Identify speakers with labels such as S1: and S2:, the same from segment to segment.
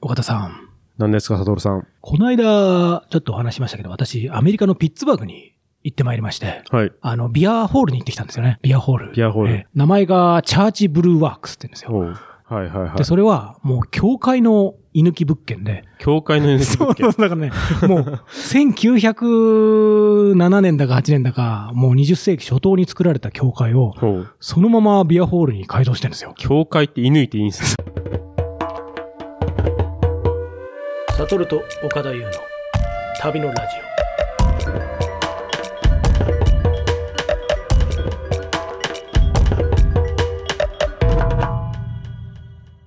S1: 岡田さん。
S2: 何ですか、サトルさん。
S1: この間、ちょっとお話ししましたけど、私、アメリカのピッツバーグに行ってまいりまして、
S2: はい。
S1: あの、ビアホールに行ってきたんですよね。ビアホール。
S2: ビアホール
S1: ええ名前が、チャーチブルーワークスって言うんですよ。
S2: おうはいはいは
S1: で、
S2: い。
S1: それは、もう、教会の居抜き物件で、
S2: 教会の NG
S1: そう
S2: 物
S1: そう、
S2: 件
S1: だ。からね、もう、1907年だか8年だか、もう20世紀初頭に作られた教会を、
S2: おう
S1: そのままビアホールに改造してるんですよ。
S2: 教会って犬いていいんすか
S1: サトルと岡田優の旅のラジオ。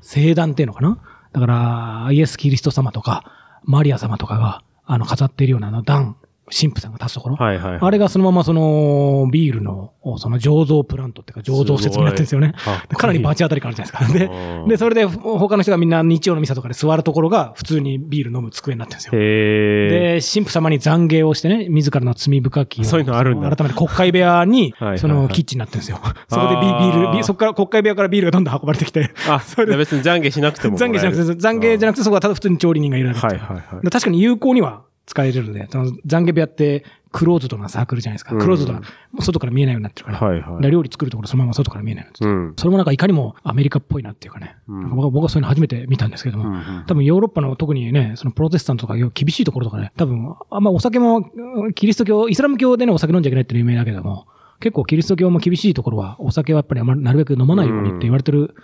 S1: 聖壇っていうのかなだから、イエス・キリスト様とか、マリア様とかが、あの、飾っているようなあの壇、神父さんが立つところ。
S2: はいはい。
S1: あれがそのままその、ビールの、その醸造プラントっていうか、醸造施設になってるんですよね。
S2: かっこいい
S1: かなりバチ当たりからあるじゃない ですか。
S2: うん
S1: で、で、それで、他の人がみんな日曜のミサとかで座るところが、普通にビール飲む机になってるんですよ。
S2: へ
S1: で、
S2: え。
S1: 神父様に懺悔をしてね、自らの罪深きを、
S2: そういうのあ るんだ
S1: 改めて国会部屋に
S2: はいはいは、い
S1: そのキッチンになってるんですよ。そこでビ
S2: あー
S1: ビール、ビそこから国会部屋からビールがどんどん運ばれてきて、
S2: あ、それ別に懺悔しなくてももらえ
S1: 懺悔
S2: る。
S1: じゃなくて、懺悔じゃなくて、そこはただ普通に調理人がいるだけですよ
S2: はいはいはい
S1: で確かに有効には使えるので、その懺悔部屋ってクローズドなサークルじゃないですか。
S2: うん
S1: クローズドな、もう外から見えないようになってるから。
S2: はい
S1: だ
S2: は
S1: から
S2: い。
S1: 料理作るところそのまま外から見えないようになってる
S2: うん。
S1: それもなんかいかにもアメリカっぽいなっていうかね。
S2: うん
S1: なんか僕は僕はそういうの初めて見たんですけども。
S2: うんうん
S1: 多分ヨーロッパの特にね、そのプロテスタントとか厳しいところとかね、多分あんまお酒も、うんキリスト教、イスラム教でね、お酒飲んじゃいけないっていうの有名だけども、結構キリスト教も厳しいところは、お酒はやっぱりあんまなるべく飲まないようにって言われてる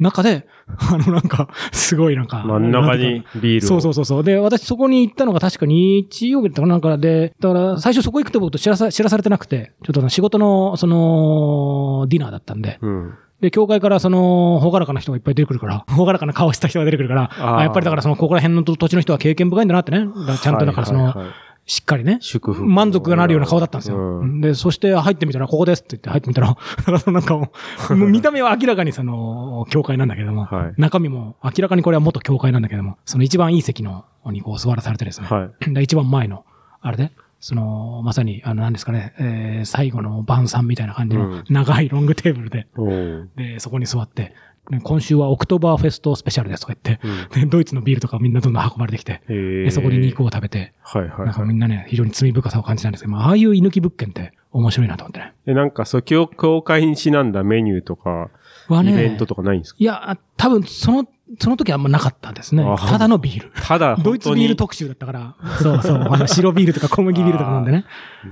S1: 中で、 あのなんか、すごいなんか。
S2: 真ん中
S1: なんていう
S2: に
S1: か
S2: ビールを。
S1: そうそうそうそう。で、私そこに行ったのが確か日曜日だったかななんかで、だから最初そこ行くって僕と知らさ、知らされてなくて、ちょっとあの仕事の、その、ディナーだったんで、
S2: うん。
S1: で、教会からその、ほがらかな人がいっぱい出てくるから、 ほがらかな顔した人が出てくるから、
S2: あー
S1: あやっぱりだからその、ここら辺の土地の人は経験深いんだなってね、だからちゃんとだからその、
S2: はいはいはい
S1: しっかりね、
S2: 祝福。
S1: 満足がなるような顔だったんですよ。
S2: うん
S1: で、そして入ってみたら、ここですって言って入ってみたら、だから そのなんかも う、もう見た目は明らかにその、教会なんだけども、
S2: はい
S1: 中身も明らかにこれは元教会なんだけども、その一番いい席の、にこう座らされてですね、
S2: は
S1: で一番前の、あれで、その、まさに、あの、何ですかね、えー最後の晩餐みたいな感じ
S2: う
S1: の
S2: ん
S1: 長いロングテーブルで、
S2: おう
S1: で、そこに座って、ね今週はオクトーバーフェストスペシャルですとか言って、でドイツのビールとかみんなどんどん運ばれてきて、
S2: へ
S1: で
S2: え。
S1: そこに肉を食べて、
S2: はいはい
S1: なんか
S2: はい。
S1: みんなね、非常に罪深さを感じたんですけど、まあ、ああいう居抜き物件って面白いなと思ってね。
S2: え、なんか、そう、教教会にちなんだメニューとか、
S1: は
S2: イ
S1: ね、
S2: ベントとかないんですか
S1: いや、多分その、その時はあんまなかったですね
S2: あ。
S1: ただのビール。
S2: ただ、
S1: ドイツビール特集だったから、そうそう、あの白ビールとか小麦ビールとか飲んでね。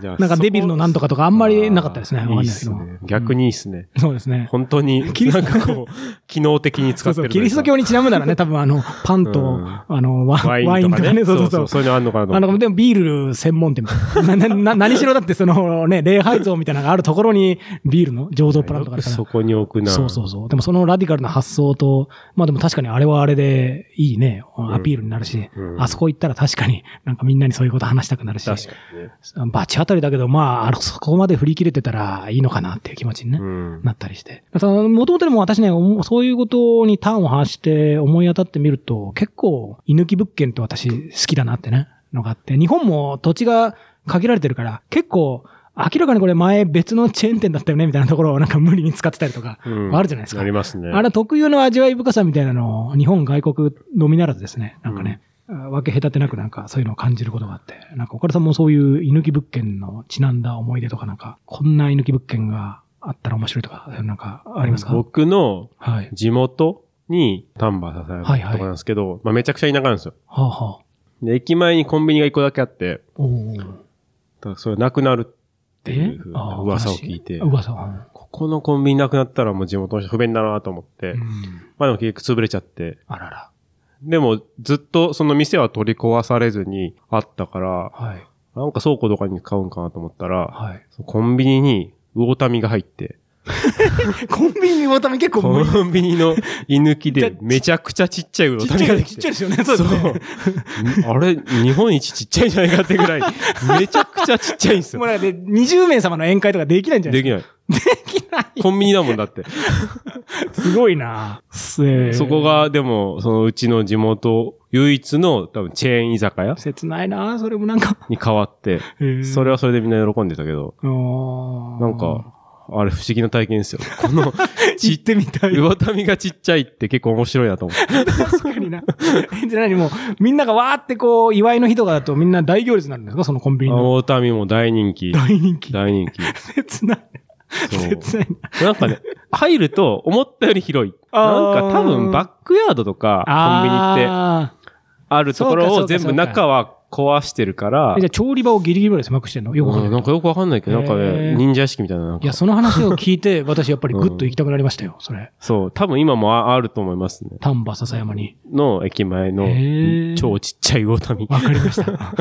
S2: な
S1: なんかデビルのなんとかとかあんまりなかったですね。わかんない
S2: い
S1: で
S2: です
S1: け
S2: す
S1: ど。
S2: ね。逆にいいですね。
S1: そうですね。
S2: 本当に、
S1: キリス
S2: な
S1: ト
S2: んかこう、機能的に使って
S1: そうそ
S2: る
S1: うキリスト教にちなむならね、多分あの、パンと、
S2: うん
S1: あの、ワ
S2: ワ
S1: ワ
S2: イ
S1: イ
S2: ン
S1: ン
S2: と
S1: とか
S2: かね。
S1: ね、そ
S2: そ
S1: うそ
S2: うそうう
S1: そ
S2: そうう。。そういうのあんのかなと
S1: あ
S2: 思
S1: の、
S2: って。
S1: でもビール専門店み たいな。なな何しろだってそのね、礼拝像みたいなのがあるところにビールの醸造プラントがある
S2: よく
S1: から。
S2: そこに置くな。
S1: そうそうそう。でもそのラディカルな発想と、まあでも確かにあれはあれでいいね、アピールになるし、
S2: うん
S1: あそこ行ったら確かになんかみんなにそういうこと話したくなるし、
S2: 確かにね。
S1: バチ当たりだけど、まあ、あのそこまで振り切れてたらいいのかなっていう気持ちにね、
S2: うん。
S1: なったりして。もともとでも私ね、おそういうことに端を発して思い当たってみると、結構、居抜き物件って私好きだなってね、のがあって、日本も土地が限られてるから、結構、明らかにこれ前別のチェーン店だったよねみたいなところをなんか無理に使ってたりとか、
S2: うん
S1: あるじゃないですか
S2: あ。りますね。
S1: あれは特有の味わい深さみたいなのを、日本、外国のみならずですね、なんかね、あ分け隔てなくなんかそういうのを感じることがあって、なんか岡田さんもそういう居抜き物件のちなんだ思い出とかなんか、こんな居抜き物件があったら面白いとか、そういうのなんかありますか
S2: 僕の
S1: はい。
S2: 地元に丹波笹山
S1: はい
S2: と
S1: はい
S2: かなんですけど、まあめちゃくちゃ田舎なんですよ。
S1: はあはあ。
S2: で、駅前にコンビニが一個だけあって、
S1: おー
S2: だからそれなくなるってい
S1: え
S2: うふう
S1: あ
S2: な
S1: ー
S2: 噂を聞いて、
S1: 悲し噂は。
S2: ここのコンビニなくなったらもう地元の人不便だなと思って、
S1: うん。
S2: まあでも結局潰れちゃって、
S1: あらら。
S2: でもずっとその店は取り壊されずにあったから、
S1: はい。
S2: なんか倉庫とかに買うんかなと思ったら、
S1: はい。
S2: コンビニに魚民が入って、
S1: コンビニのため結構
S2: コ
S1: 無理。
S2: ンビニの居抜 き
S1: じゃ
S2: でめちゃくちゃちっちゃい
S1: ち
S2: 魚
S1: っち
S2: 民
S1: ゃ
S2: が
S1: い、
S2: で
S1: ち
S2: き
S1: ってちゃい。ですよね。そうですね。
S2: あれ、日本一ちっちゃいんじゃないかってぐらい、めちゃくちゃちっちゃいんです
S1: もう。
S2: よ
S1: なんかで、20名様の宴会とかできないんじゃない
S2: で
S1: で
S2: きない。
S1: すか。できない。
S2: コンビニだもん だって。
S1: すごいな
S2: そこ。が、でも、そのうちの地元、唯一の多分チェーン居酒屋
S1: 切ないなそれもなんか。
S2: に変わって、それはそれでみんな喜んでたけど、
S1: な
S2: なんか、あれ不思議な体験ですよ。この、
S1: 知ってみたい。
S2: 魚民がちっちゃいって結構面白いなと思って。
S1: 確かにな。 じゃあ何もう、みんながわーってこう、祝いの日とかだとみんな大行列になるんですかそのコンビニの。
S2: 魚民も大人気。
S1: 大人気。
S2: 大人気。
S1: 切ない。
S2: そう
S1: 切ないな。
S2: なんかね、入ると思ったより広い。なん
S1: あー
S2: か多分バックヤードとかコンビニって
S1: あ
S2: あるところ
S1: そう
S2: を
S1: かそう
S2: 全
S1: か
S2: 部中は壊してるから
S1: ー。じゃ、あ調理場をギリギリまで狭くしてんのよくわかん
S2: う
S1: ない
S2: んなんかよくわかんないけど、なんか
S1: へ
S2: ね、
S1: ー
S2: 忍者屋敷みたいな、なん
S1: い
S2: か
S1: や、。その話を聞いて、私やっぱりグッと行きたくなりましたよ、それ。
S2: そう、多分今もああると思いますね。
S1: 丹波篠山に。
S2: の駅前の
S1: へー
S2: 超ちっちゃい魚民。
S1: わかりました。だか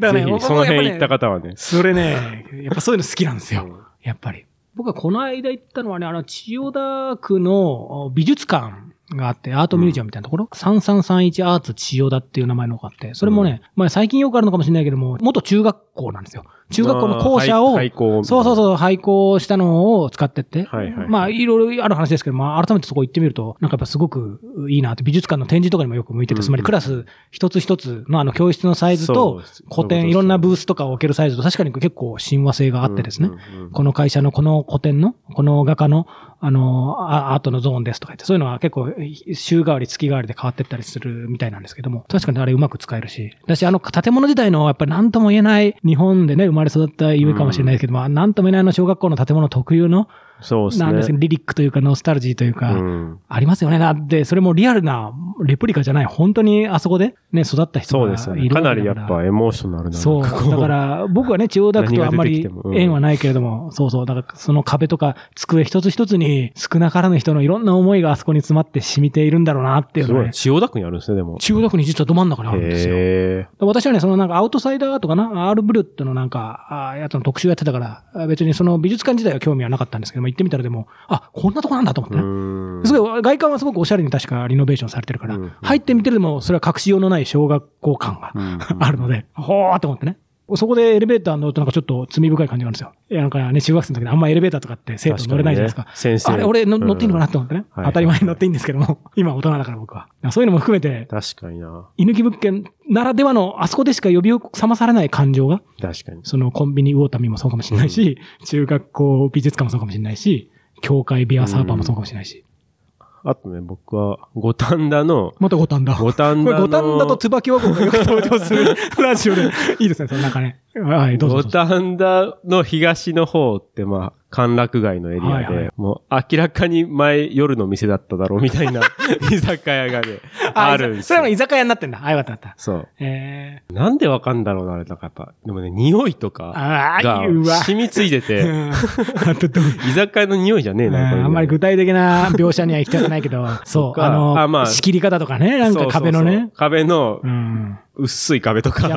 S1: ら
S2: ぜ
S1: ね
S2: ひ、
S1: 僕
S2: その
S1: や
S2: 辺行っ
S1: ぱね
S2: た方はね。
S1: それね、やっぱそういうの好きなんです
S2: う
S1: よ。
S2: ん
S1: やっぱり。僕はこの間行ったのはね、あの、千代田区の美術館があって、アートミュージアムみたいなところ、3331アーツ千代田っていう名前のがあって、それもね、まあ最近よくあるのかもしれないけども、元中学校なんですよ。中学校の校舎
S2: あー
S1: を、
S2: 廃校
S1: そうそうそう、廃校したのを使ってって、
S2: はいはい
S1: まあいろいろある話ですけど、まあ改めてそこ行ってみると、なんかやっぱすごくいいなって、美術館の展示とかにもよく向いてて、
S2: うん
S1: つまりクラス一つ一つのあの教室のサイズ
S2: そう
S1: と
S2: です、
S1: 古
S2: そういうことです
S1: 典、
S2: ね
S1: いろんなブースとかを置けるサイズと、確かに結構親和性があってですね、
S2: うんうんうん
S1: この会社のこの古典の、この画家の、あの、あアートのゾーンですとか言って、そういうのは結構週替わり月替わりで変わってったりするみたいなんですけども、確かにあれうまく使えるし、だしあの建物自体のやっぱり何とも言えない日本でね、生まれ育ったゆえかもしれないですけども、何とも言えないあの小学校の建物特有の、
S2: そうですね。
S1: なんですけど、リリックというかノスタルジーというか、
S2: うん
S1: ありますよね。だって、それもリアルなレプリカじゃない、本当にあそこでね、育った人
S2: そう
S1: がいるわけだから。
S2: ですよね。かなりやっぱエモーショナルな。
S1: そう。
S2: なんこ
S1: だから、僕はね、千代田区とはあんま
S2: 何が出
S1: り
S2: てきてもうん
S1: 縁はないけれども、そうそう。だから、その壁とか机一つ一つに少なからぬ人のいろんな思いがあそこに詰まって染みているんだろうなっていう
S2: す
S1: の
S2: ご。
S1: はいね。
S2: 千代田区にあるんですね、でも。
S1: 千代田区に実はど真ん中にあるんですよ。
S2: へ
S1: 私はね、そのなんかアウトサイダーとかな、アールブリュットのなんか、あーやつの特集やってたから、あ別にその美術館自体は興味はなかったんですけども、行ってみたらでも、あ、こんなとこなんだと思っ
S2: ー
S1: てね。
S2: うん
S1: すごい、外観はすごくおしゃれに確かリノベーションされてるから、
S2: うんうん
S1: 入ってみてるでも、それは隠しようのない小学校感が
S2: うんうん
S1: あるので、ほーっと思ってね。そこでエレベーター乗るとなんかちょっと罪深い感じがあるんですよ。いや、なんかね、中学生の時にあんまエレベーターとかって生徒乗れないじゃないですか。
S2: 確かにね先生
S1: あれ、俺の
S2: うん
S1: 乗っていいのかなと思ってね。
S2: はい
S1: 当たり前に乗っていいんですけども、今大人だから僕は。そういうのも含めて、
S2: 確かにな。
S1: 犬木物件ならではの、あそこでしか呼び覚まされない感情が、
S2: 確かに。
S1: そのコンビニ魚民もそうかもしれないし、中学校美術館もそうかもしれないし、教会ビアサーバーもそうかもしれないし。
S2: あとね、僕は、五反田の、
S1: また五反田。
S2: 五反
S1: こ
S2: 田
S1: れ、
S2: の、
S1: 五反田と椿和光がよく登場するラジオで。いいですね、そのなんかね。はい、どうぞ
S2: 五
S1: どうぞ。
S2: 反田の東の方って、まあ、歓楽街のエリアで、
S1: はいはい
S2: もう明らかに前夜の店だっただろうみた いな居酒屋がね、あるんです
S1: それも
S2: よ。
S1: 居酒屋になってんだ。あ、よかったよかった。
S2: そう。
S1: えー、
S2: なんでわかんだろうな、あれなんかやっぱ。でもね、匂いとか
S1: あ
S2: が
S1: あ、うわ。
S2: 染みついて
S1: う
S2: て、
S1: んあとどう
S2: 居酒屋の匂いじゃねえ
S1: うん
S2: な、これ
S1: あんまり具体的な描写には行きたくないけ ど、そ
S2: と
S1: う、
S2: か
S1: あの、
S2: あまあ
S1: 仕切り方とかね、なんか壁のね。
S2: そうそうそう壁の
S1: うん。
S2: 薄い壁と
S1: いや
S2: か。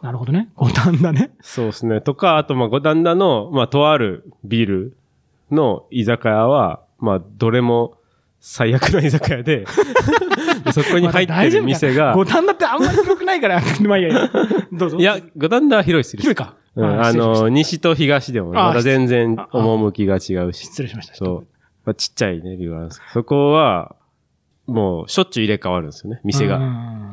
S1: なるほどね。五反田ね。
S2: そうですね。とか、あと、まあ、五反田の、まあ、とあるビルの居酒屋は、まあ、どれも最悪な居酒 屋で、でそこに入ってる店が、
S1: 五反田ってあんまり広くないから、 まあいいやいや。どうぞ。
S2: いや、、五反田は広いっすよ
S1: 広いか。
S2: うん、あ
S1: 失礼しまし
S2: の、西と東でもね、
S1: あ
S2: また全然
S1: ああ
S2: 趣が違
S1: た
S2: うし、
S1: 失礼しました。
S2: そう。まあ、ちっちゃいね、ビルがあるんですけど、そこは、もう、しょっちゅう入れ替わるんですよね、店
S1: うん
S2: が。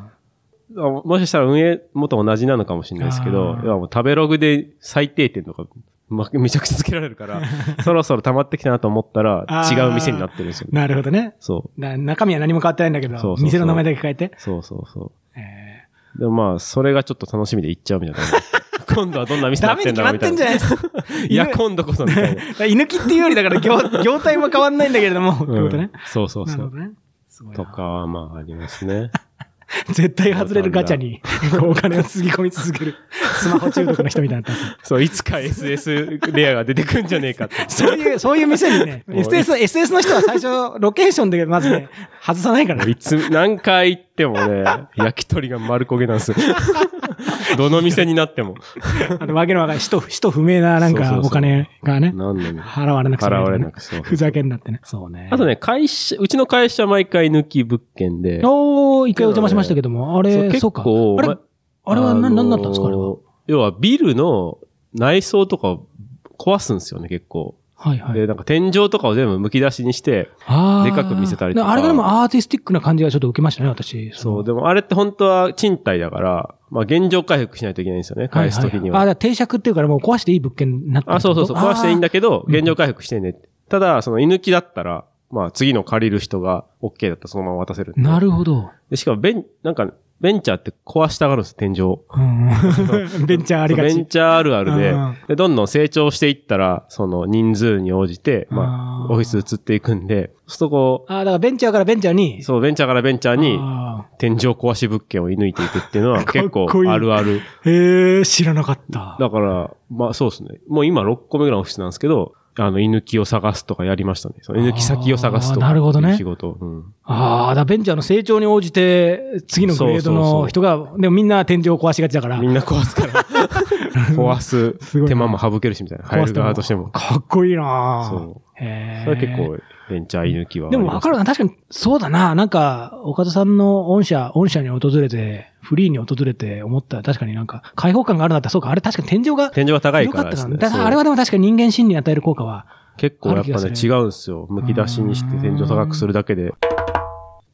S2: あもしかしたら運営元同じなのかもしれないですけど
S1: あ、ー
S2: いやもう食べログで最低点とか、ま、めちゃくちゃつけられ るから、そろそろ溜まってきたなと思ったら
S1: あ、
S2: 違
S1: ー
S2: う店になってるんですよね。
S1: なるほどね。
S2: そ
S1: な中身は何も変わってないんだけど、
S2: そうそうそう
S1: 店の名前だけ変えて
S2: う。。そうそうそ
S1: え
S2: う。でもまあ、それがちょっと楽しみで行っちゃうみたい な。今度はどんな
S1: ー
S2: 店にな
S1: ダ
S2: っ
S1: メ
S2: て
S1: に
S2: ん
S1: 決
S2: だろ
S1: まっ
S2: うみた
S1: てん
S2: い
S1: じゃないですか。
S2: な。いや、今度こそ みたいな。
S1: 居抜きっていうよりだから業、 業態も変わんないんだけれども、ってことね
S2: うん。そうそう
S1: な
S2: そ
S1: るほ
S2: う。
S1: どね。すごいな
S2: とかはまあありますね。
S1: 絶対外れるガチャに、こうお 金をつぎ込み続ける、スマホ中毒の人みたいになってま
S2: そう、いつか SS レアが出てくんじゃねえかって。
S1: す。そういう、そういう店にね、
S2: もうい
S1: SS、SS の人は最初、ロケーションでまずね、外さないから
S2: い。つ、何回行ってもね、 焼き鳥が丸焦げなんですよ。 どの店になっても。
S1: あの、わけのわかんない、使途、使途不明ななん
S2: そうそう
S1: か
S2: そう
S1: お金がね、
S2: なんでも。
S1: 払われなくちゃいけいか
S2: 払わ
S1: ら
S2: れ
S1: ね
S2: なくそう。
S1: ふざけんなってね。そうね
S2: あとね、会社、うちの会社は毎回抜き物件で。
S1: おー、一回お邪魔しましたけども、あ
S2: そう
S1: れ、そうか。あれ
S2: ま、
S1: あれは
S2: の
S1: 何、
S2: ー
S1: 何だったんですかあれは。
S2: 要はビルの内装とかを壊すんですよね、結構。
S1: はいはい。
S2: で、なんか天井とかを全部剥き出しにして、
S1: あー
S2: でかく見せたりとか
S1: あれがでもアーティスティックな感じがちょっと受けましたね、私。
S2: そう、
S1: で
S2: でもあれって本当は賃貸だから、まあ現状回復しないといけないんですよね、返すときには。
S1: あ、だから定着っていうからもう壊していい物件になった
S2: あ、そうそうそう、壊していいんだけど、現状回復してねって。ただ、その居抜きだったら、まあ次の借りる人が OK だったらそのまま渡せるって
S1: け
S2: いう。
S1: なるほど。
S2: で、しかもベン、なんか、ベンチャーって壊したがるんですよ、天井を。
S1: うん。ベンチャーありが
S2: ベン
S1: ち。
S2: チャーあるあるで
S1: うん、
S2: で、どんどん成長していったら、その人数に応じて、ま
S1: あ
S2: あ、
S1: ー
S2: オフィス移っていくんで、そうするとこ
S1: あーだからベンチャーからベンチャー
S2: う、
S1: に。
S2: そう、ベンチャーからベンチャーに、
S1: あ
S2: 天井壊し物件を射抜いていくっていうのは結 構
S1: かっこいい
S2: あるある。
S1: ーへえ、知らなかった。
S2: だから、まあそうですね。もう今6個目ぐらいのオフィスなんですけど、あの、居抜きを探すとかやりましたね。その居抜き先を探すとか。
S1: あーなるほどね
S2: 仕事。うん。
S1: ああ、だからベンチャーの成長に応じて、次のグレード
S2: そうそうそ
S1: の
S2: う
S1: 人が、でもみんな天井を壊しがちだから
S2: み、んな壊 すから。壊す
S1: すごいな
S2: 手間も省けるしみたいな。入
S1: 壊
S2: る
S1: して
S2: 側としても。
S1: かっこいいな。
S2: そう
S1: へえ。
S2: それは結構、ベンチャー居抜きはあ
S1: で
S2: り
S1: も
S2: ま
S1: 分
S2: した。
S1: かるな。確かに、そうだな。なんか、岡田さんの御社、御社に訪れて、フリーに訪れて思ったら、確かになんか、開放感があるなって、そうか、あれ確かに天井が
S2: 天井が高い
S1: 良か
S2: か
S1: っ
S2: ら
S1: た
S2: で
S1: か
S2: す
S1: ら、
S2: ね。
S1: だか
S2: そ
S1: ら
S2: う
S1: あれはでも確かに人間心理に与える効果は、
S2: 結構やっぱ
S1: あ
S2: ね
S1: る気がす
S2: 違
S1: る
S2: うんですよ。剥き出しにして天井高くするだけで。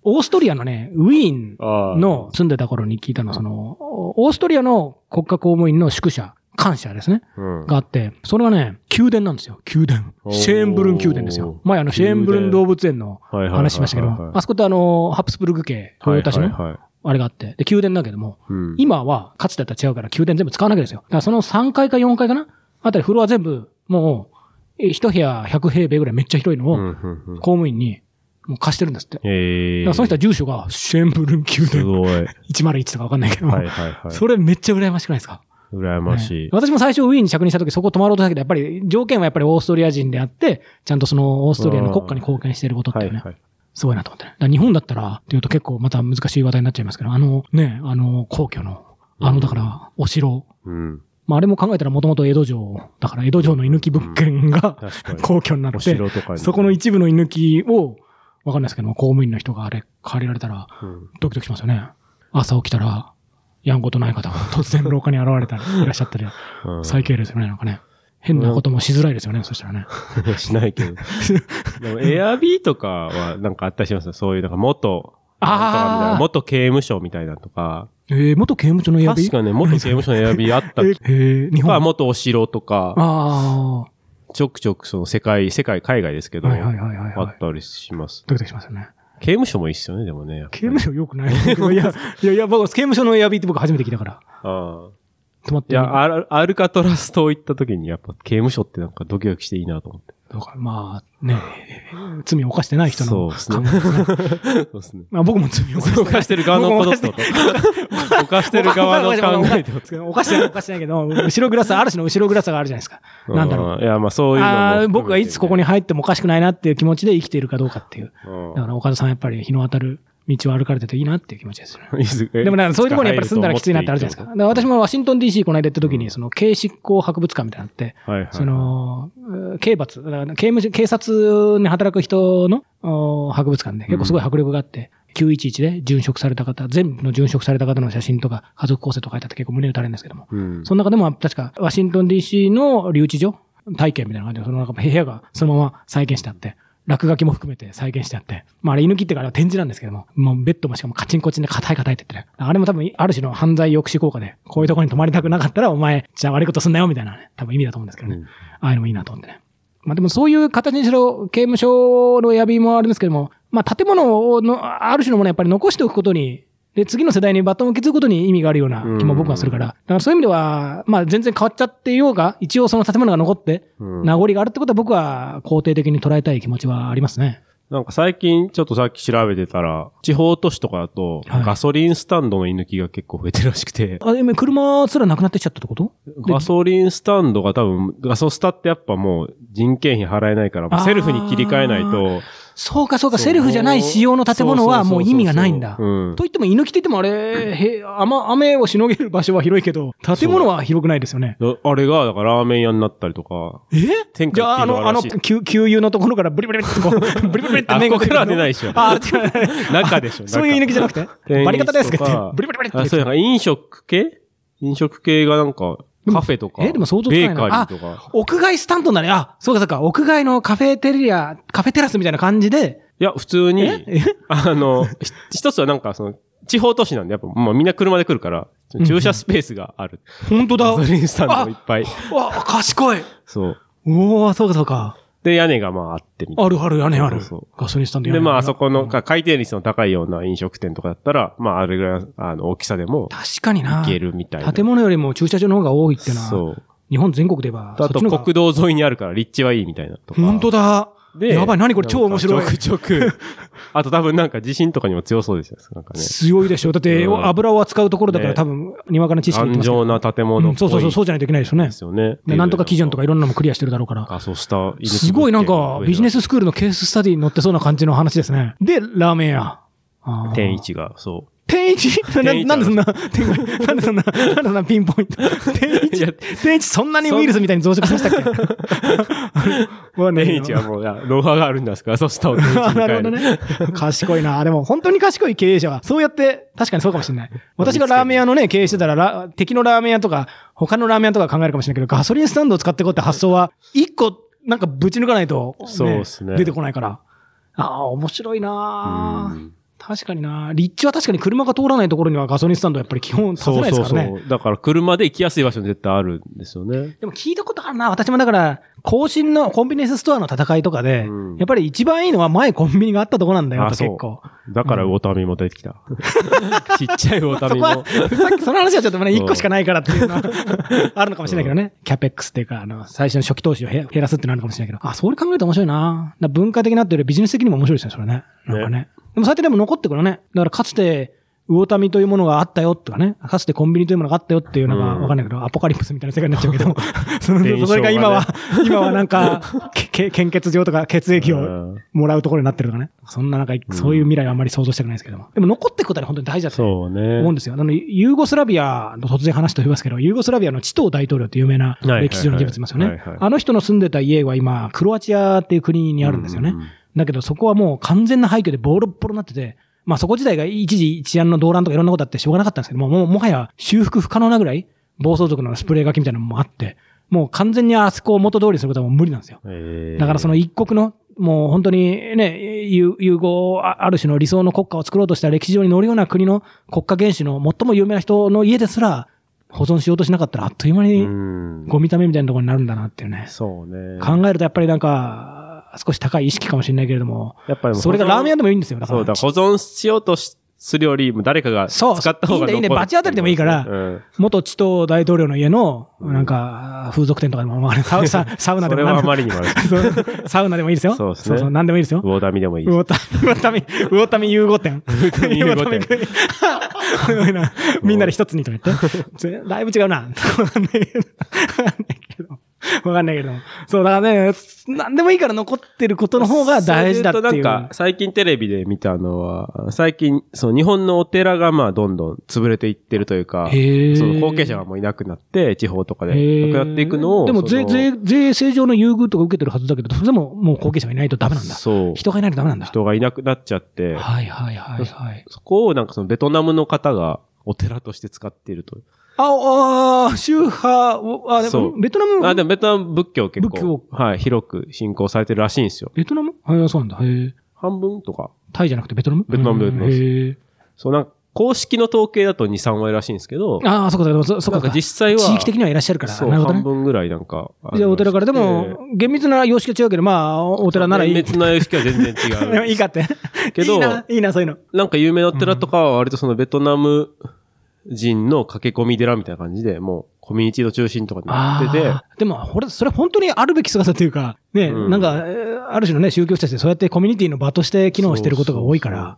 S1: オーストリアのね、ウィーン
S2: ああ。
S1: の住んでた頃に聞いたのは、その、オーストリアの国家公務員の宿舎、官舎ですね、
S2: うん。
S1: があって、それがね、宮殿なんですよ。宮殿
S2: お。ー
S1: シェーンブルン宮殿ですよ。前あの、シェーンブルン動物園の
S2: はいはいはいはいはい
S1: 話しましたけど、あそこってあの、ハプスブルグ家、トヨタ氏の
S2: はいはいはい
S1: あれがあって、で、宮殿だけども、
S2: うん
S1: 今はかつてだったら違うから宮殿全部使わなきゃですよ。だからその3階か4階かなあたりフロア全部、もう、え一部屋100平米ぐらいめっちゃ広いの
S2: うん
S1: を、
S2: うんうん
S1: 公務員にもう貸してるんですって。
S2: え
S1: だからその人は住所がシェーンブルン宮
S2: す
S1: 殿
S2: ごい。 はい
S1: 101とかわかんないけど、
S2: はいはい。
S1: それめっちゃ羨ましくないですか
S2: 羨ましい
S1: ね。私も最初ウィーンに着任した時そこ泊まろうとしたけど、やっぱり条件はやっぱりオーストリア人であって、ちゃんとそのオーストリアの国家に貢献していることって
S2: はいいう
S1: ね、
S2: はい。
S1: すごいなと思ってね。だから日本だったら、っていうと結構また難しい話題になっちゃいますけど、あのね、あの皇居の、あのだからお城、
S2: うん。
S1: まあ、あれも考えたらもともと江戸城、だから江戸城の居抜き物件が、
S2: 確かに。
S1: 皇居になっ
S2: お
S1: て、
S2: 城とかに
S1: そこの一部の居抜きを、わかんないですけども、公務員の人があれ借りられたら、
S2: うん
S1: ドキドキしますよね。朝起きたら、やんことない方が突然廊下に現れたら、 いらっしゃったり、
S2: うん
S1: 最低ですよね、なんかね。変なこともしづらいですよね、そしたらね。
S2: しな いけど。でも、エアビーとかはなんかあったりしますよ。そういう、なんか元、なんとかみたい
S1: あ
S2: な
S1: ー
S2: 元刑務所みたいなのとか。
S1: えー、元刑務所のエアビ
S2: 確かね、元刑務所のエアビーあっ た
S1: え
S2: り
S1: ー日
S2: と
S1: 本
S2: か、
S1: あ
S2: 元お城とか、
S1: あ
S2: ちょくちょくその世界、世界、海外ですけ
S1: ー、
S2: ど、
S1: はいはい
S2: あ
S1: はいはい、は
S2: っ
S1: い。
S2: たりします。
S1: ドキドキしますよね。
S2: 刑務所もいいっすよね、でもね。やっぱり
S1: 刑務所よく ないいや、いや、いや、僕、刑務所のエアビーって僕初めて聞いたから、
S2: あー
S1: 泊まっ
S2: い
S1: てみて
S2: や、アルアルカトラス島行った時にやっぱ刑務所ってなんかドキドキしていいなと 思って。
S1: だからまあね、罪を犯してない人の
S2: そう
S1: 考
S2: ですね
S1: えですね。
S2: そうですね。
S1: まあ僕も罪を犯してない。
S2: 犯してる側のことってこと。犯してる側の考えってこと。
S1: 犯してない、犯してないけど、後ろグラス、ある種の後ろグラスがあるじゃないですか。なんだろう。
S2: う。いや、まあそういうのも含め
S1: あ
S2: て
S1: あ
S2: ね。
S1: ー僕がいつここに入ってもおかしくないなっていう気持ちで生きているかどうかっていう。
S2: うん。
S1: だから岡田さんやっぱり日の当たる道を歩かれてていいなっていう気持ちですよね。
S2: で
S1: でもなんかそういうところにやっぱり住んだらきついなってあるじゃないですか。だから私もワシントン DC この間行った時に、その警執行博物館みたいなのあって、
S2: はいはい。
S1: そ、の、う刑罰、だから刑務所、警察に働く人のお博物館で、結構すごい迫力があって、911で殉職された方、全部の殉職された方の写真とか、家族構成とか書いてあって結構胸打たれるんですけども、
S2: うん。
S1: その中でも確かワシントン DC の留置所、体験みたいな感じで、その中部屋がそのまま再現してあって、落書きも含めて再現してあって、まああれ、犬切ってから展示なんですけども、もうベッドもしかもカチンコチンで硬い硬いって言ってね。あれも多分、ある種の犯罪抑止効果で、こういうところに泊まりたくなかったら、お前、じゃあ悪いことすんなよ、みたいなね、多分意味だと思うんですけどね。
S2: うん
S1: ああいうのもいいなと思ってね。まあでもそういう形にしろ、刑務所のやびもあるんですけども、まあ建物の、ある種のものをやっぱり残しておくことに、で、次の世代にバトンを受け継ぐことに意味があるような気も僕はするから、だからそういう意味では、まあ全然変わっちゃっていようが、一応その建物が残って、
S2: うん
S1: 名残があるってことは僕は肯定的に捉えたい気持ちはありますね。
S2: なんか最近ちょっとさっき調べてたら、地方都市とかだと、
S1: はい
S2: ガソリンスタンドの居抜きが結構増えてるらしくて、
S1: あ、今車すらなくなってきちゃったってこと
S2: ガソリンスタンドが多分、ガソスタってやっぱもう人件費払えないから、もうセルフに切り替えないと、
S1: そうかそうか、
S2: そう
S1: セルフじゃない仕様の建物はもう意味がないんだ。
S2: そうそうそうそううん
S1: といっても、犬木といってもあれ、へ雨、雨をしのげる場所は広いけど、建物は広くないですよね。
S2: あれが、だからラーメン屋になったりとか、
S1: え
S2: 天
S1: じゃあ、あ
S2: 下一品
S1: の、あ
S2: の
S1: の、
S2: 嵐。
S1: 給給油のところからブリブリブリって こう、ブリブリブリって
S2: あ、
S1: 麺
S2: こ
S1: が
S2: こからは出ないでしょ。
S1: あ、違う。
S2: 中でしょ
S1: そういう犬木じゃなくて
S2: 店員
S1: バリカタですけ
S2: と
S1: ど
S2: か、
S1: ブリブリブリって
S2: あそう、なんか飲食系飲食系がなんか、
S1: でも
S2: カフェとか。
S1: えでも相当高
S2: ベ
S1: い
S2: ー
S1: な
S2: カリーとか。
S1: 屋外スタンドなね。あ、そうかそうか。屋外のカフェテリア、カフェテラスみたいな感じで。
S2: いや、普通
S1: え
S2: に、
S1: え
S2: あの、ひ一つはなんかその、地方都市なんで、やっぱ、まあみんな車で来るから、駐車スペースがある。
S1: 本当だ。
S2: ガソリンスタンドもいっぱい。
S1: わ、賢い。
S2: そう。
S1: おおそうかそうか。
S2: で、屋根がまああってみたい
S1: あるある、屋根ある
S2: そうそう。
S1: ガソリンスタンド
S2: な。
S1: 屋
S2: で、
S1: 根
S2: まあ、
S1: る
S2: あそこの、か回転率の高いような飲食店とかだったら、まあ、あれぐらい、あの、大きさでも、
S1: 確かにな。
S2: いけるみたいな。
S1: 建物よりも駐車場の方が多いっていうのは、
S2: そう。
S1: 日本全国で言えば、
S2: あと、
S1: そっちの方が
S2: 国道沿いにあるから、立地はいいみたいなとか。
S1: 本当だ。
S2: で、
S1: やばい何これ超面白い
S2: なんかちょくちょく。 あと多分なんか地震とかにも強そうですよ。なんかね。
S1: 強いでしょ。だって、
S2: うん
S1: 油を扱うところだから
S2: ね
S1: 多分、にわかな知識で言って
S2: 頑
S1: ますけど
S2: 丈な建
S1: う
S2: 物っ
S1: んそうそう
S2: ぽい
S1: そう、そうじゃないといけないですよね
S2: で。すよね。
S1: でなんとか基準とかいろんなのもクリアしてるだろうから。
S2: あ、そうした。
S1: すごいなんか、ビジネススクールのケーススタディに載ってそうな感じの話ですね。で、ラーメン屋。あー
S2: 天。一が、そ
S1: 天一 な
S2: 天一
S1: なんでそんな、天一なんでそんな、なんでそんなピンポイント。天
S2: いや
S1: 一、天一そんなにウイルスみたいに増殖させたっ けわ
S2: う。
S1: かんないけ
S2: 天
S1: ど
S2: 一はもう、いやノウハウがあるんですから、そうしたを天一に
S1: あ
S2: 変
S1: な
S2: え
S1: るほ どね。賢いな。でも本当に賢い経営者は、そうやって、確かにそうかもしれ ない。私がラーメン屋のね、経営してたら、ラ敵のラーメン屋とか、他のラーメン屋とか考えるかもしれないけど、ガソリンスタンドを使っていこうって発想は、一個、なんかぶち抜かないと、
S2: そうっすね
S1: 出てこないから。ああ、面白いうなあ
S2: ん
S1: 確かにな立地は確かに車が通らないところにはガソリンスタンドはやっぱり基本立てな
S2: そう
S1: いです
S2: そう
S1: からね。
S2: そう。だから車で行きやすい場所に絶対あるんですよね。
S1: でも聞いたことあるな。私もだから、更新のコンビニエンスストアの戦いとかで、
S2: うん
S1: やっぱり一番いいのは前コンビニがあったとこなんだよと
S2: あそう
S1: 結構。
S2: だからウォーターミも出てきた。 ちっちゃいウォーター
S1: そ
S2: ミ
S1: こは
S2: も。、
S1: さっきその話はちょっとね、
S2: そう
S1: 1個しかないからっていう のはあるのかもしれないけどね。キャペックスっていうか、あの、最初の初期投資をへ減らすってなるかもしれないけど。あ、それ考えると面白いな。だから文化的なっていうよりビジネス的にも面白いですね、それね。なんかね。でもそうやってでも残ってくるね。だからかつて、魚民というものがあったよとかね。かつてコンビニというものがあったよっていうのが
S2: うん
S1: わかんないけど、アポカリプスみたいな世界になっちゃうけ ど、その
S2: 伝承がね
S1: それが今は、 今はなんか、けけ献血状とか血液
S2: う
S1: を
S2: ん
S1: もらうところになってるとかね。そんななんか、そういう未来はあんまり想像したくないですけども。でも残っていくことは本当に大事だと
S2: そうね
S1: 思うん。ですよ。あの、ユーゴスラビアの突然話と言いますけど、ユーゴスラビアのチトー大統領っていう有名ない
S2: はいはい
S1: 歴史上の人物いますよ
S2: はい
S1: ね
S2: はい。
S1: あの人の住んでた家は今、クロアチアっていう国にあるんですよね
S2: うんうんうん。
S1: だけどそこはもう完全な廃墟でボロッボロになってて、まあそこ自体が一時一案の動乱とかいろんなことあってしょうがなかったんですけども、もうもはや修復不可能なぐらい暴走族のスプレー書きみたいなのもあって、もう完全にあそこを元通りにすることはもう無理なんですよ。
S2: えー
S1: だからその一国の、もう本当にね、融融合、あある種の理想の国家を作ろうとした歴史上に乗るような国の国家元首の最も有名な人の家ですら、保存しようとしなかったらあっという間
S2: う
S1: に
S2: ん
S1: ゴミためみたいなところになるんだなっていうね。
S2: そうね。
S1: 考えるとやっぱりなんか、少し高い意識かもしれないけれども、
S2: やっぱりもう
S1: それがラーメン屋
S2: 保存
S1: でもいいんですよ。だか
S2: そう、だ
S1: ら。
S2: から保存しようとしするよりも誰かが使
S1: そう
S2: った方
S1: い
S2: が
S1: いんだいいんだ
S2: 残る
S1: バチ当たりでもいいから
S2: うん
S1: 元地頭大統領の家の、なんか、風俗店とかでも、まあサウササウナで
S2: それ
S1: も
S2: は
S1: 何で
S2: あ
S1: も
S2: まりにもある。
S1: そうサウナでもいいですよ。
S2: そうですね
S1: そう何でもいいですよ。
S2: 魚民でもいいし。
S1: 魚民、魚民、魚民融合店。
S2: 魚民融合店
S1: 魚民すごいな。 みんなで一つにとめて。 ぜだいぶ違うな。わかんないけど。わかんないけど。わかんないけど。そう、だからね、何でもいいから残ってることの方が大事だって
S2: それで
S1: い
S2: 言
S1: う。
S2: となんか、最近テレビで見たのは、最近、その日本のお寺がまあどんどん潰れていってるというか、
S1: へー
S2: その後継者がもういなくなって、地方とかで
S1: へー
S2: なくなっていくのを、
S1: でも
S2: そ
S1: 税、
S2: の
S1: 税、税制上の優遇とか受けてるはずだけど、それでももう後継者がいないとダメなんだ。
S2: そう。
S1: 人がいないとダメなんだ。
S2: 人がいなくなっちゃって、
S1: はいはいはいはい。
S2: そこをなんかそのベトナムの方がお寺として使っていると。
S1: あ、あ、宗派を、あ、で
S2: そ
S1: も
S2: う
S1: ベトナム、
S2: あ、でもベトナム仏教結
S1: 仏教
S2: 構、はい、広く信仰されてるらしいんですよ。
S1: ベトナムはい、そうなんだ。へー
S2: 半分とか。
S1: タイじゃなくてベトナム
S2: ベトナムでやってます
S1: へー
S2: そう、なんか公式の統計だと2、3割らしいんですけど、
S1: ああ、そこだ、そそ
S2: な
S1: こ
S2: んか
S1: か。
S2: 実際は、
S1: 地域的にはいらっしゃるから。
S2: そう、
S1: なるほど
S2: 半
S1: ね。
S2: 分ぐらいなんかありまして。
S1: じゃあお寺から、でも、厳密な様式は違うけど、まあ、お寺ならいい。
S2: 別の様式は全然違 う。
S1: いいかって。
S2: けど
S1: いいな、いいな、そういうの。
S2: なんか有名なお寺とかは割とそのベトナム人の駆け込み寺みたいな感じで、もうコミュニティの中心とかになってて
S1: あ、ーでも、ほら、それ本当にあるべき姿というか、ね、
S2: うん
S1: なんか、えーある種のね、宗教者たちでそうやってコミュニティの場として機能してることが多いか
S2: そうそう
S1: ら、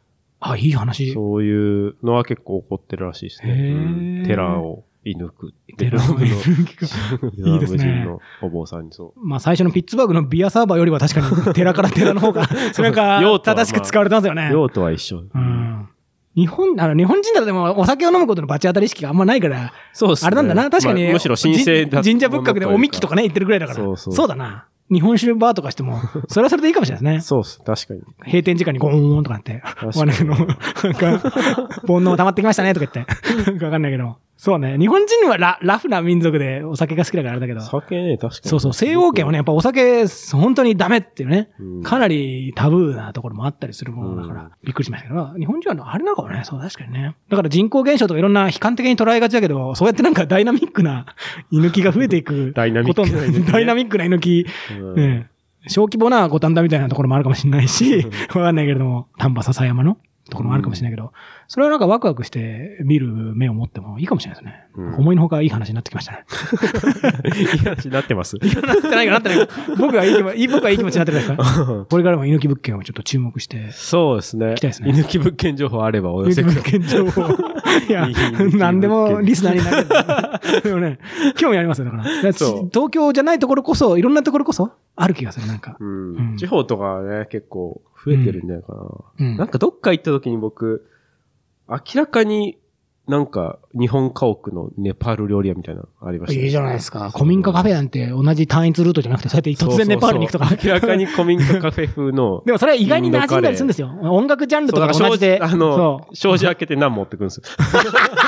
S1: あ、いい話。
S2: そういうのは結構起こってるらしいですね。
S1: へー
S2: うん寺を射抜く。
S1: 寺を
S2: ベトナムの
S1: いいですね
S2: ベトナム人のお坊さんにそ う。
S1: まあ最初のピッツバーグのビアサーバーよりは確かに寺から寺の方 が、
S2: う
S1: なんか
S2: 用、途はまあ
S1: 正しく使われてますよね。
S2: 用途は一緒。
S1: うん日本、あの、日本人だとでもお酒を飲むことの罰当たり意識があんまないから、
S2: そうで
S1: あれなんだな、確かに。
S2: まあむしろ神聖だ
S1: じ神社仏閣でおみきとかね、言ってるぐらいだから。
S2: そうそう
S1: だな。日本酒バーとか しても、それはそれでいいかもしれないですね。
S2: そうっす。確かに。
S1: 閉店時間にゴーンとかなって、
S2: 確
S1: お
S2: かに
S1: 金の、なんか、煩悩溜まってきましたねとか言って。なんかわかんないけど、そうね。日本人はララフな民族でお酒が好きだからあれだけど。
S2: 酒ね、確かに。
S1: そうそう。西欧圏はね、やっぱお酒、本当にダメっていうね
S2: うん、
S1: かなりタブーなところもあったりするものだから、びっくりしましたけど、日本人はあれなのかもね、そう、確かにね。だから人口減少とかいろんな悲観的に捉えがちだけど、そうやってなんかダイナミック な居抜きが増えていく
S2: ダイナミ
S1: こ
S2: ック
S1: と
S2: な
S1: に
S2: 居抜きね
S1: ダイナミックな居抜き、
S2: うん
S1: ね、小規模な五反田みたいなところもあるかもしれないし、わかんないけれども、丹波篠山のところもあるかもしれないけど、それはなんかワクワクして見る目を持ってもいいかもしれないですね。
S2: うん
S1: 思いのほかいい話になってきましたね。
S2: いい話になってます。
S1: なってないかなってないか。僕はいい気持ち、いい僕はいい気持ちになってるんです かこれからも猪木物件をちょっと注目して。
S2: そうですね。
S1: きたいですね
S2: 犬木物件情報あればお寄せくださ
S1: 猪木
S2: い。
S1: 物件情報。 いや
S2: いい猪木物、件
S1: 何でもリスナーになれる。 でもね、興味ありますよ、だから。だから
S2: そう
S1: 東京じゃないところこそ、いろんなところこそ、ある気がする、なんか。
S2: うん
S1: うん
S2: 地方とかね、結構増えてるんじゃないかな。
S1: うん
S2: なんかどっか行った時に僕、明らかになんか日本家屋のネパール料理屋みたいなのありましたね、
S1: いいじゃないですか。古民家カフェなんて同じ単一ルートじゃなくて、そうやって突然ネパールに行くとか
S2: そう。そうそう明らかに古民家カフェ風の
S1: 。でもそれは意外に馴染んだりするんですよ。音楽ジャンルと
S2: そう
S1: かが
S2: だから
S1: 同じで。
S2: 障子あの
S1: そ、
S2: 障子開けて何持ってくるんですよ。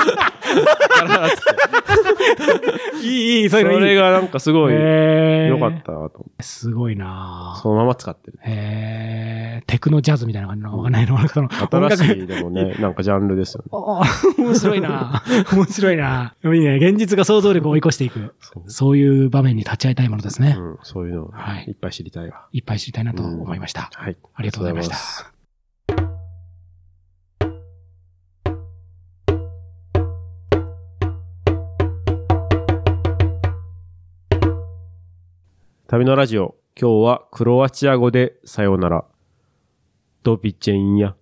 S2: ガラーッつって
S1: う。い い、いい、そ
S2: そ
S1: い
S2: う
S1: うのいい。
S2: れがなんかすごい良
S1: へー
S2: かったなと思って。
S1: すごいなぁ
S2: そのまま使ってる。
S1: えー、テクノジャズみたいな感じなのかわかんないのかな。
S2: 新し
S1: い。
S2: いでもね、なんかジャンルですよね。
S1: ああ面白い な。面白いな。いいね。現実が想像力を追い越していく。
S2: そう
S1: そういう場面に立ち会いたいものですね。
S2: うん、そういうのを
S1: はい
S2: いっぱい知りたいわ。
S1: いっぱい知りたいなと思いました。
S2: はい。
S1: ありがとうございました
S2: ありがとうございます。旅のラジオ、今日はクロアチア語でさようなら。ドビチェンや。